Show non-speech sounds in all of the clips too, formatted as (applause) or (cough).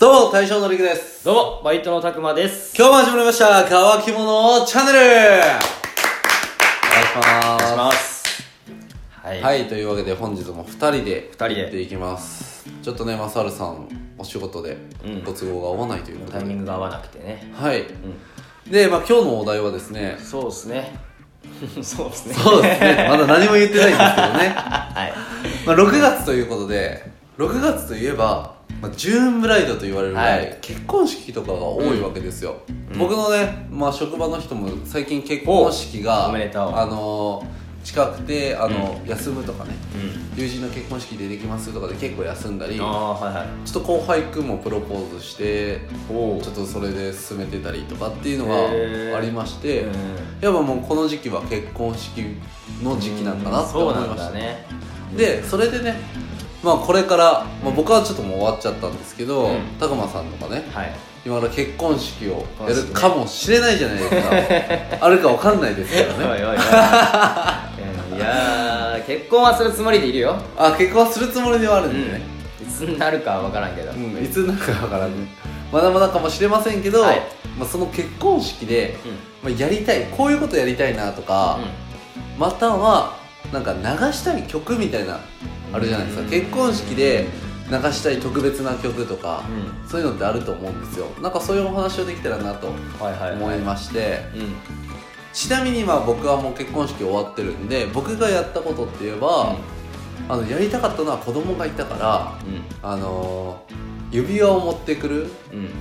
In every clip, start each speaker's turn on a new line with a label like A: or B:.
A: どうも、大将のりくです。
B: どうも、バイトのたくまです。
A: 今日も始まりました、乾き物チャンネルお願いします。
B: ます。はい。。
A: はいい、というわけで本日も2人で
B: 二人で
A: やっていきます。ちょっとね、マサルさん、お仕事で
B: うん
A: ご都合が合わないということ
B: タ
A: で。
B: イミングが合わなくてね。
A: はい。
B: う
A: で、まあ今日のお題はですね
B: ん。、そうですね。 (laughs) そうですね。
A: そうですね、 (laughs) まだ何も言ってないんですけどね。
B: はい。
A: まあ6月ということで、6月といえば、まあ、ジューンブライドと言われるぐらい、
B: はい
A: 結婚式とかが多いわけですよ、僕のね、まあ、職場の人も最近結婚式が
B: おおめでとう
A: あのー近くてあの、休むとかね
B: うん。
A: 友人の結婚式でできますとかで結構休んだりち
B: あ
A: ょ
B: あ、はいはい。
A: っと後輩くんもプロポーズして
B: お
A: ちょっとそれで進めてたりとかっていうの
B: へ
A: が
B: ー
A: ありまして、
B: うん
A: やっぱもうこの時期は結婚式の時期なんかなって思いま
B: そうなん
A: した
B: だね。
A: でそれでねまあこれから、まあ、僕はちょっともう終わっちゃったんですけど、
B: うん
A: たくまさんとかね
B: はい。
A: 今から結婚式をや
B: そうで
A: る
B: すね
A: かもしれないじゃないです
B: (laughs)
A: かあるかわかんないですけど
B: おいお
A: ね
B: いおい。 (laughs) うんいやー、結婚はするつもりでいるよ。
A: あ結婚するつもりではあるんでね、
B: いつになるかは分からんけど。
A: う
B: うん。
A: んいつになるかわからんねまだまだかもしれませんけど、
B: はい
A: まあ、その結婚式で、まあ、やりたいこういうことやりたいなとか、またはなんか流したい曲みたいなあるじゃないですか、
B: うん
A: 結婚式で流したい特別な曲とか、
B: うん。
A: そういうのってあると思うんですよなんかそういうお話をできたらなと
B: はいはい。
A: 思いまして、
B: うん。
A: ちなみにまあ僕はもう結婚式終わってるんで僕がやったことって言えば、あのやりたかったのは子供がいたから
B: う
A: あのー指輪を持ってくる
B: ん。うん。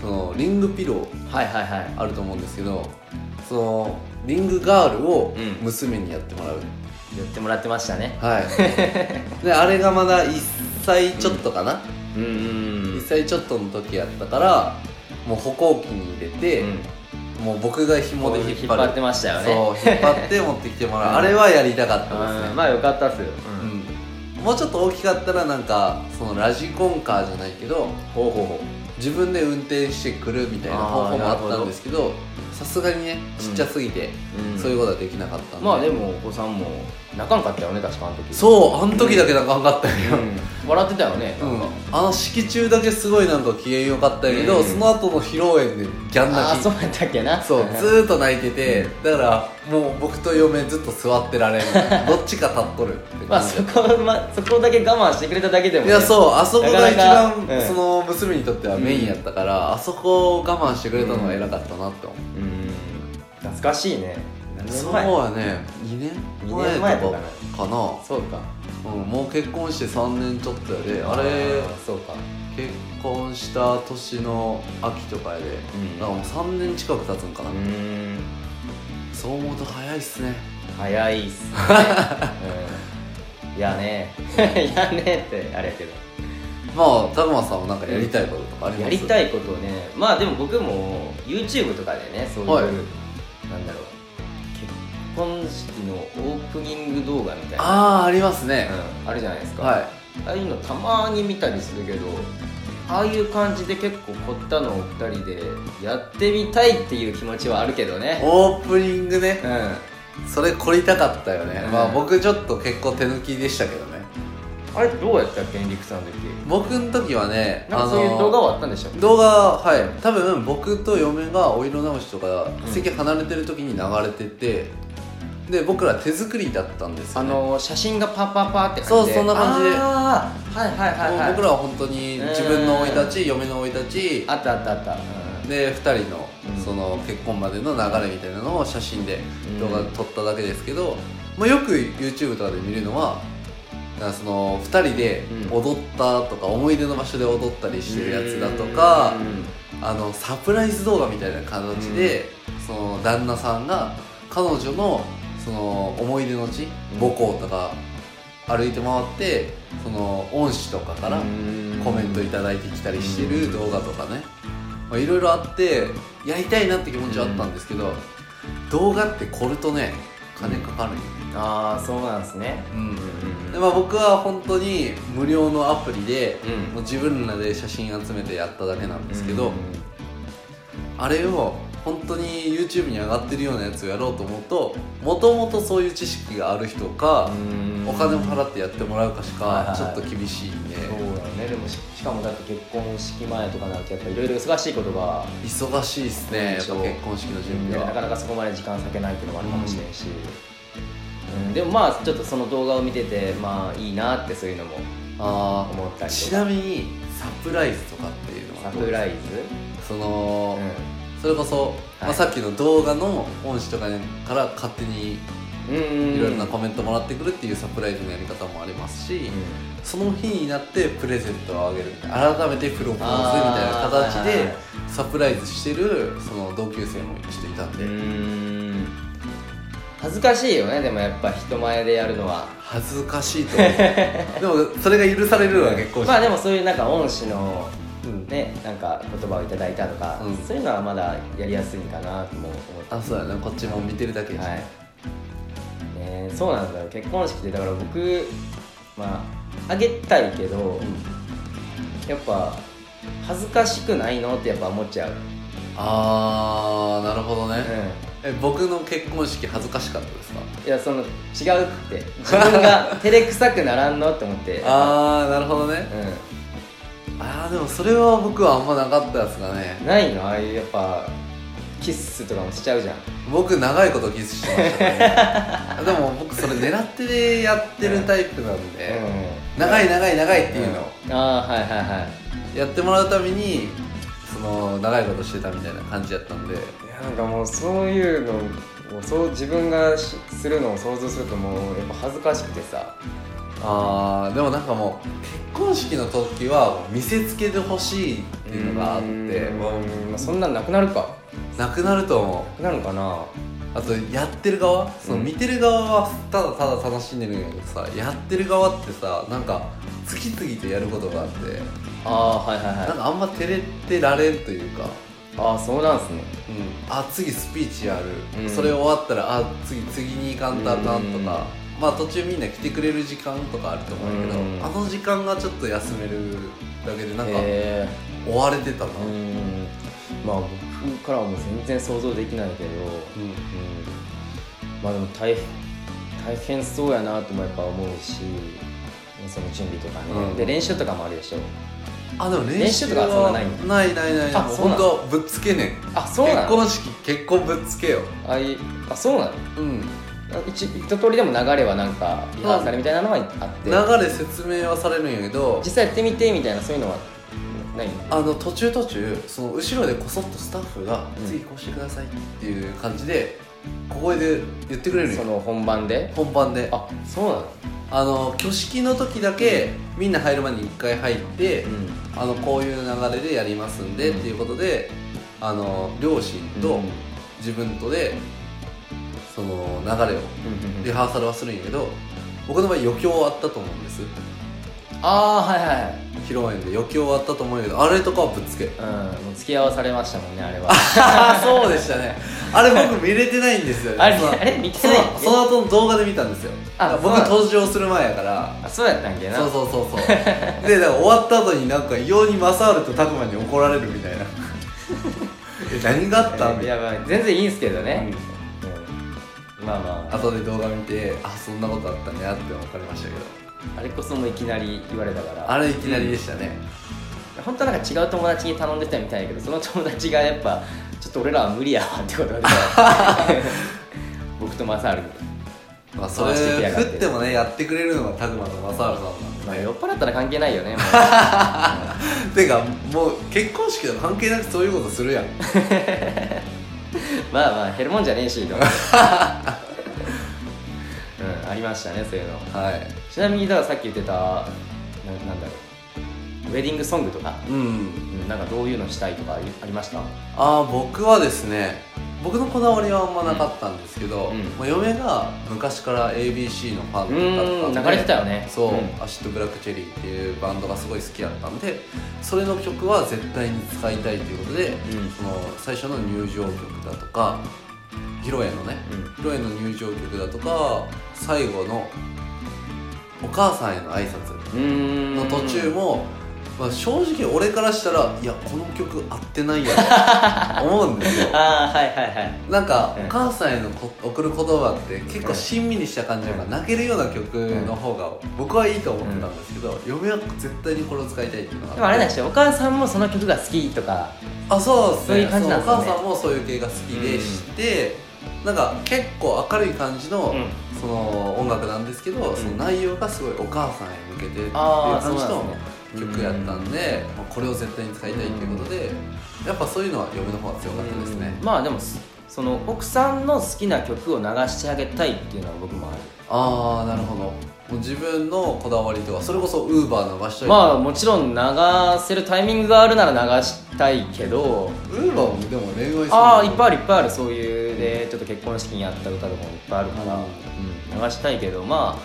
A: そのリングピロー
B: はいはいはい。
A: あると思うんですけどそのリングガールを
B: うん
A: 娘にやってもらう、
B: 言ってもらってましたね。
A: はい (laughs) であれがまだ1歳ちょっとかな、
B: うんうん
A: 1歳ちょっとの時やったからもう歩行器に入れて、
B: うん。
A: もう僕が紐で引っ張る
B: ってましたよね
A: そう引っ張って持ってきてもらう、
B: うん
A: あれはやりたかったですね、
B: うんまあよかったっすよ、う
A: うんもうちょっと大きかったらなんかそのラジコンカーじゃないけど
B: ほうほうほ
A: 自分で運転してくるみたいな方法もあったんですけどさすがにねちっちゃすぎて、
B: う、
A: そういう
B: う
A: ことはできなかったんで、
B: まあでもお子さんも泣かんかったよね確かあの時
A: そうあの時だけなんか分かったよ、
B: うん (laughs) 笑ってたよね、
A: う
B: なんんか、
A: あの式中だけすごいなんか機嫌良かったけど、
B: うん
A: その後の披露宴でギャン
B: あ
A: 泣
B: あ
A: き
B: そうやったっけな
A: そうずーっと泣いててだからもう僕と嫁ずっと座って
B: (laughs)
A: られんどっちか立っとるって
B: まあ
A: 感じ
B: そこ、まあ、そこだけ我慢してくれただけでも、
A: い
B: ね、
A: やそうあそこが一
B: な
A: 番
B: かなかうん
A: その娘にとってはメインやったから、あそこを我慢してくれたのは偉かったなって思う、
B: ううん懐かしいね何年
A: そう
B: 前
A: はね2年
B: 二年
A: 前
B: 前
A: と
B: と
A: か
B: か
A: かな
B: そうか
A: うん、もう結婚して3年ちょっとやであれ
B: ーそうか
A: 結婚した年の秋とかやで、
B: うん
A: だからもう3年近く経つんかな、
B: うん
A: そう思うと早いっすね
B: 早いっ
A: (laughs)
B: すね、うん、いやね (laughs) いやねってあれやけど
A: まあ田熊さんはなんかやりたいこととかあります
B: やりたいことをねまあでも僕も YouTube とかでねそういう、
A: はい
B: なんだろう結婚式のオープニング動画みたいなあ,、
A: ああありますね、
B: うん、あるじゃないですか、
A: はい
B: ああいうのたまに見たりするけどああいう感じで結構凝ったのを2人でやってみたいっていう気持ちはあるけどね
A: オープニングね
B: うん
A: それ凝りたかったよね、
B: うん
A: まあ僕ちょっと結構手抜きでしたけどね
B: あれどうやったっけりくさんの時
A: 僕の時はね
B: なんかそういう動画
A: は
B: はあったんでしたっけ
A: 動画はい多分僕と嫁がお色直しとか
B: うん
A: 席離れてる時に流れてて、で僕ら手作りだったんですよ、
B: あ
A: ね、
B: の写真がパッパッパーって感じで
A: そうそんな感じで
B: あーはいはいはいはい
A: もう僕らは本当に自分の生い立ち、嫁の生い立ち
B: あったあったあった、
A: で2人の
B: うん
A: その結婚までの流れみたいなのを写真で
B: うん
A: 動画撮っただけですけど、まあ、よく YouTube とかで見るのはなんかその2人で
B: うん
A: 踊ったとか、思い出の場所で踊ったりしてるやつだとか、あのサプライズ動画みたいな形で、その旦那さんが彼女のその思い出の地母校とか歩いて回ってその恩師とかから。コメントいただいてきたりしてる動画とかねまあいろいろあってやりたいなって気持ちはあったんですけど、動画って凝るとね金かかるよ、
B: ああそうなんですね
A: うんで
B: う
A: まあ、僕は本当に無料のアプリで、
B: うん
A: もう自分らで写真集めてやっただけなんですけど、あれを本当に YouTube に上がってるようなやつをやろうと思うともともとそういう知識がある人か、お金も払ってやってもらうかし
B: はい
A: か
B: はい
A: ちょっと厳しいんで、
B: そうだよねでもししかもだって結婚式前とかなるとやっぱいろいろ忙しいことが
A: 忙しいですねやっぱ
B: そう
A: 結婚式の準備
B: なか
A: は
B: なかそこまで時間割けないっていうのもあるかもしれんし、うんでもまあちょっとその動画を見ててまあいいなってそういうのも
A: あ
B: 思った
A: ー
B: り
A: ち
B: とか
A: なみにサプライズとかっていうのは
B: サ
A: どう
B: プライズ、
A: そうの、
B: ん
A: それこそ、まあ、
B: はい
A: さっきの動画の恩師とかから勝手に
B: うん
A: いろいろなコメントもらってくるっていうサプライズのやり方もありますし、
B: うん
A: その日になってプレゼントをあげる改めてプロポーズみたいな
B: あー
A: 形
B: はいはい
A: で
B: はい
A: サプライズしてるその同級生もちょっといたんで、
B: うん恥ずかしいよねでもやっぱ人前でやるのは
A: 恥ずかしいと思 (laughs) うでもそれが許されるのは結構
B: まあでもそういうなんか恩師の
A: うん
B: ねなんか言葉をいただいたとか、
A: うん
B: そういうのはまだやりやすいんかなとも思って
A: あそうだねこっちも見てるだけでし、
B: はい、ねえ、そうなんだよ結婚式ってだから僕まああげたいけど、
A: うん
B: やっぱ恥ずかしくないのってやっぱ思っちゃう、う
A: あーなるほどね、
B: ん、
A: え僕の結婚式恥ずかしかったですか
B: いやその違うって自分が照れくさくならんのって思って
A: (laughs) あーなるほどね
B: う
A: あーでもそれは僕はあんまなかったですかね
B: ん、ないのああいうやっぱキスとかもしちゃうじゃん
A: 僕長いことキスしてました (laughs) ねでも僕それ狙ってやってるタイプなんで、長い長い長いっていうのを
B: うん、ああはいはいはい
A: やってもらうためにその長いことしてたみたいな感じやったんで
B: いやなんかもうそういうのをそう自分がしするのを想像するともうやっぱ恥ずかしくてさ
A: あーでもなんかもう結婚式の時は見せつけてほしいっていうのがあって
B: うんまあそんなんなくなるか
A: なくなると思う
B: なくなるかな
A: あとやってる側その
B: うん
A: 見てる側はただただ楽しんでるんやけどさやってる側ってさなんか次々とやることがあって
B: ああはいはい
A: なん
B: はい
A: かあんま照れてられんというか、
B: ああそうなんすね
A: あ次スピーチやる、
B: うん
A: それ終わったらあ次次に行かんとあかんと
B: うん
A: か、まあ途中みんな来てくれる時間とかあると思うんやけど、
B: うん
A: あの時間がちょっと休めるだけでなんか
B: へ
A: 追われてたな、
B: えうんまあ僕からはもう全然想像できないけど
A: うん
B: うんまあでも大変大変そうやなともやっぱ思うしその準備とかね、
A: うん
B: で練習とかもあるでしょ
A: あでも練
B: 練
A: 習
B: 習
A: は
B: とかはそんなない
A: な
B: ん
A: いないない
B: あ
A: もう
B: そう
A: 本
B: なの
A: 当ぶっつけねん
B: あそうな
A: 結
B: の
A: 婚式結婚ぶっつけよ
B: あいあそうなの
A: うん
B: あ一一通りでも流れはなんかリハーサルみたいなのはあって、
A: 流れ説明はされるんやけど
B: 実際やってみてみたいなそういうのはないの
A: あの途中途中その後ろでこそっとスタッフが「
B: うん
A: 次こうしてください」っていう感じで小声で言ってくれるん
B: そ
A: よ
B: の本番で
A: 本番であ
B: あそうなの
A: の挙式の時だけみんな入る前に1回入って、
B: う
A: あのこういう流れでやりますんで、
B: うん
A: っていうことであの両親と
B: うん
A: 自分とでその流れを
B: ん
A: リハーサルはするんやけど僕の場合余興あったと思うんです
B: ああはいはい
A: 披露宴で余興あったと思うんやけどあれとかはぶっつけ
B: うん、もう付き合わされましたもんねあれは
A: あー (laughs) そうでしたねあれ僕見れてないんですよね
B: あれ
A: その
B: あれ見てない
A: そのその後の動画で見たんですよ
B: あ
A: だから僕
B: そうなの
A: 登場する前やから
B: あそうやったんけな
A: そうそうそうそうでだから終わった後になんか異様に正治と拓磨に怒られるみたいな (laughs) え何があったみ
B: えー
A: たい
B: やばい全然いいんすけど
A: な、
B: ね、うんまあまあ
A: 後で動画見てあそんなことあったねって分かりましたけど
B: あれこそもういきなり言われたから
A: あれいきなりでしたね、
B: 本当はなんか違う友達に頼んでたみたいやけどその友達がやっぱちょっと俺らは無理やわってことが出た僕とマサールに、
A: まあ、それ
B: 回してきやがって
A: 振ってもねやってくれるのが拓磨と正治さんなんで
B: まあ、酔っ払ったら関係ない
A: (laughs)
B: よねも
A: てかもう結婚式とか関係なくそういうことするやん
B: うまあまあ減るもんじゃねえし
A: (laughs)
B: と思ってうんありましたねそういうの
A: はい
B: ちなみにだからさっき言ってたななんだろうウェディングソングとか、
A: うん
B: うん、なんかどういうのしたいとかありありました
A: あー僕はですね僕のこだわりはあんまなかったんですけど、
B: うん
A: もう嫁が昔から ABC のファ
B: う
A: ン
B: ん
A: だったんで
B: 流れてたよね
A: そう、
B: ん
A: アシッド・ブラック・チェリーっていうバンドがすごい好きだったんでそれの曲は絶対に使いたいということで、
B: うん
A: その最初の入場曲だとか披露宴のね披露宴の入場曲だとか最後のお母さんへの挨拶
B: うん
A: の途中も、まあ、正直俺からしたらいやこの曲合ってないやろ
B: (laughs)
A: 思うんですよ
B: ああはいはいはい
A: なんか
B: う
A: お
B: ん
A: 母さんへのこ送る言葉って結構しんみりした感じのが
B: うん
A: 泣けるような曲の方が僕はいいと思ってたんですけど、嫁は絶対にこれを使いたいっていうのが
B: でもあれなん
A: って
B: ですよお母さんもその曲が好きとか
A: あそうですね
B: そういう感じなんですよね
A: そのお母さんもそういう系が好きでして、なんか結構明るい感じの、
B: うん
A: その音楽なんですけど、
B: ん
A: その内容がすごいお母さんへ向けてっていう
B: あ
A: 感
B: あそう
A: じ
B: な
A: の
B: んですね
A: 曲やったんで、まあこれを絶対に使いたいっていうことで、やっぱそういうのは嫁の方が強かったですね、
B: うんまあでもすその奥さんの好きな曲を流してあげたいっていうのは僕もある
A: ああなるほどもう自分のこだわりとかそれこそウーバー流したり
B: まあもちろん流せるタイミングがあるなら流したいけど
A: ウーバーもでも恋愛する
B: ああいっぱ
A: い
B: いあるいっぱいあるそういうでちょっと結婚式にやった歌とかもいっぱいあるから、
A: うん
B: うん流したいけどまあ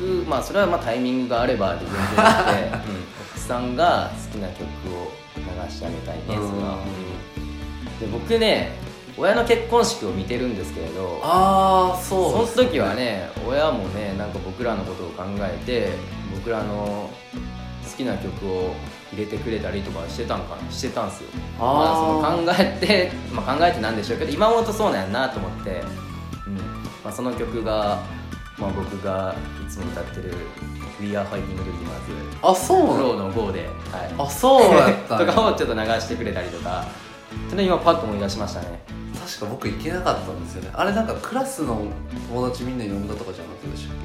B: 僕まあそれはまあタイミングがあればで全
A: (laughs)
B: 然やって、うん奥さんが好きな曲を流してあげたいねそれは、で僕ね親の結婚式を見てるんですけれど
A: ああそう
B: その
A: ですね
B: 時はね親もねなんか僕らのことを考えて僕らの好きな曲を入れてくれたりとかしてたんかなしてたんすよ
A: あー
B: まあ、その考えて、 (laughs) まあ、考えてなんでしょうけど今思うとそうなんやなと思って、うんまあ、その曲が、まあ、僕がいつも歌ってる「We Are Fighting Dreamers」
A: あそ
B: 「フロ
A: う
B: ーの GO で」はい、
A: あそうやったん
B: (laughs) と
A: や
B: かをちょっと流してくれたりとかそれ今パッと思い出しましたね
A: 確か僕行けなかったんですよねあれなんかクラスの友達みんなに呼んだとかじゃなかったでしたっ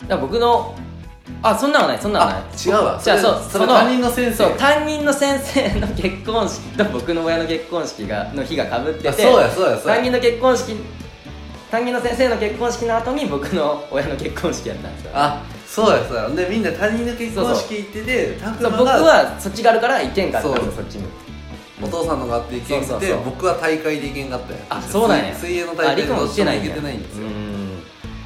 A: け
B: だから僕のあそんなのないそんなのない
A: あ違うわ
B: じゃあ
A: それ
B: そう
A: それ
B: の
A: 担任の先生
B: そう担任の先生の結婚式と (laughs) 僕の親の結婚式がの日がかぶってて
A: あそうやそうやそう
B: 担
A: や
B: 任の結婚式担任の先生の結婚式の後に僕の親の結婚式やったんですよ
A: あそうやそうやでみんな他人の結婚式行ってて拓
B: そう
A: 磨
B: 僕
A: が
B: はそっちがあるから行けんかったんですよ
A: そ
B: そっちに
A: お父さんのがあって行けんく
B: そうそう
A: て
B: そう
A: 僕は大会で行けんかったんや
B: あそうなんや
A: 水水泳の大会
B: ありくも
A: どう
B: 来
A: して
B: て
A: も
B: ない
A: 行けてないんですよ
B: うん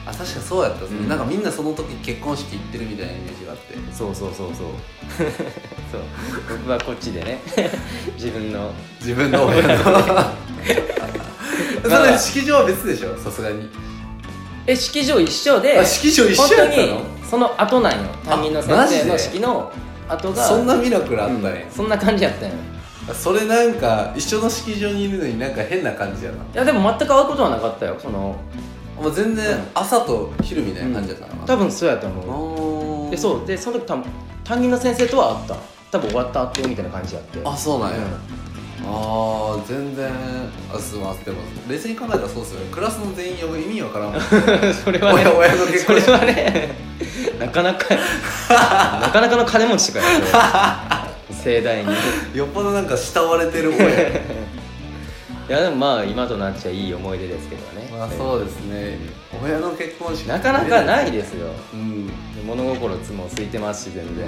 A: あ確かそうやったですね、
B: うん
A: なんかみんなその時結婚式行ってるみたいなイメージがあって
B: そうそうそう (laughs) そうそう僕はこっちでね (laughs) 自分の
A: 自分の親のそれ式場は別でしょさすがに
B: え式場一緒で
A: あ式場一
B: 本
A: 緒
B: 当
A: やったの
B: にその後なんよ担任の先生の式の後が
A: そんなミラクルあった
B: うんん
A: や、
B: そんな感じやったんよ
A: それなんか一緒の式場にいるのになんか変な感じやない
B: やでも全く会うことはなかったよその
A: もう全然
B: うん
A: 朝と昼みたいな感じやったのかな、
B: 多分そうやと思
A: 多
B: うでそうでその時多分担任の先生とは会った多分終わった後みたいな感じやって
A: あそうなんや、
B: うん
A: あー全然あすまんでも冷静に考えたらそうっすよねクラスの全員呼ぶ意味わ (laughs) からんもん
B: (laughs) それはね
A: 親親の結
B: そ
A: 婚
B: れ
A: 式
B: はねなかなかなかなかの金持ちとかやけど盛大に
A: よっぽどなんか慕われてる方や
B: いやでもまあ今となっちゃいい思い出ですけどね、
A: (laughs) まあそうですね親の結婚式
B: なかなか
A: い
B: ないですよ
A: うん、
B: 物心つもついてますし全然、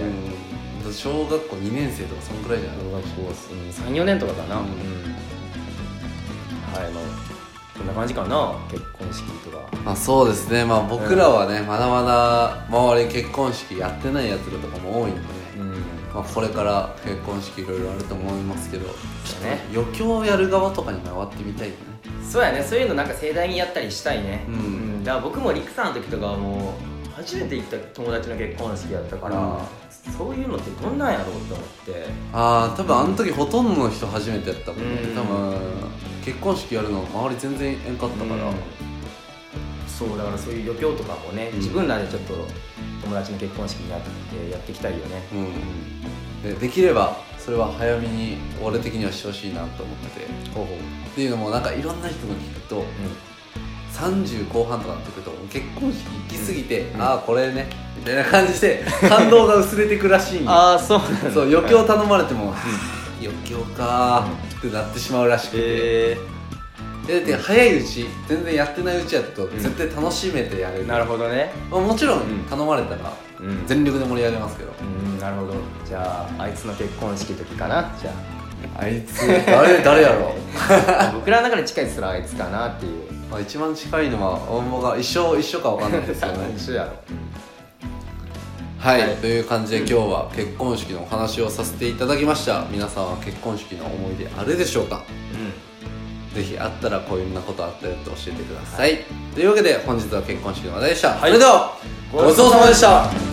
A: うん、小学校2年生とかそんくらいじゃない
B: 小学校34年とかかな、
A: うん
B: はいまあこんな感じかな結婚式とか
A: まあそうですねまあ僕らはね、まだまだ周り結婚式やってないやつらとかも多いんでね、
B: うん
A: まあ、これから結婚式いろいろあると思いますけど
B: ね
A: 余興をやる側とかに回ってみたいよね
B: そうやねそういうのなんか盛大にやったりしたいね
A: うん
B: だから僕も陸さんの時とかはもう初めて行った友達の結婚式やったから、そういうのってどんなんやろうと思って
A: ああ多分あの時ほとんどの人初めてやったもんね、
B: うん
A: 多分結婚式やるの周り全然えんかったから、
B: そうだからそういう余興とかもね、
A: うん
B: 自分らでちょっと友達の結婚式にやってやっていきたいよね
A: うん、でできればそれは早めに俺的にはしてほしいなと思ってて
B: ほうほう、
A: っていうのもなんかいろんな人の聞くと30後半とかになってくると結婚式行き過ぎて、
B: うん
A: ああこれねみたいな感じで感動が薄れてくらしいんよ
B: ああそうなん
A: (laughs)
B: だ
A: そう余興頼まれても、はあ余興かーってなってしまうらしくて、
B: へえ
A: えだって早いうち全然やってないうちやと絶対楽しめてやれる、
B: なるほどね
A: まあもちろん
B: うん
A: 頼まれたら
B: うん
A: 全力で盛り上げますけど、
B: うんなるほどじゃああいつの結婚式の時かなじゃ
A: あいつ (laughs) 誰誰やろ
B: あ (laughs) 僕らの中で近いすらあいつかなっていう
A: まあ、一番近いのは大物が一生一緒かわかんない (laughs) ですよね
B: 一緒やろ
A: はい、
B: はい
A: という感じで今日は結婚式のお話をさせていただきました皆さんは結婚式の思い出あるでしょうかぜひあったらこういうなことあったよって教えてください、というわけで本日は結婚式の話題でした、それでは
B: うん
A: ごちそうさまでした
B: た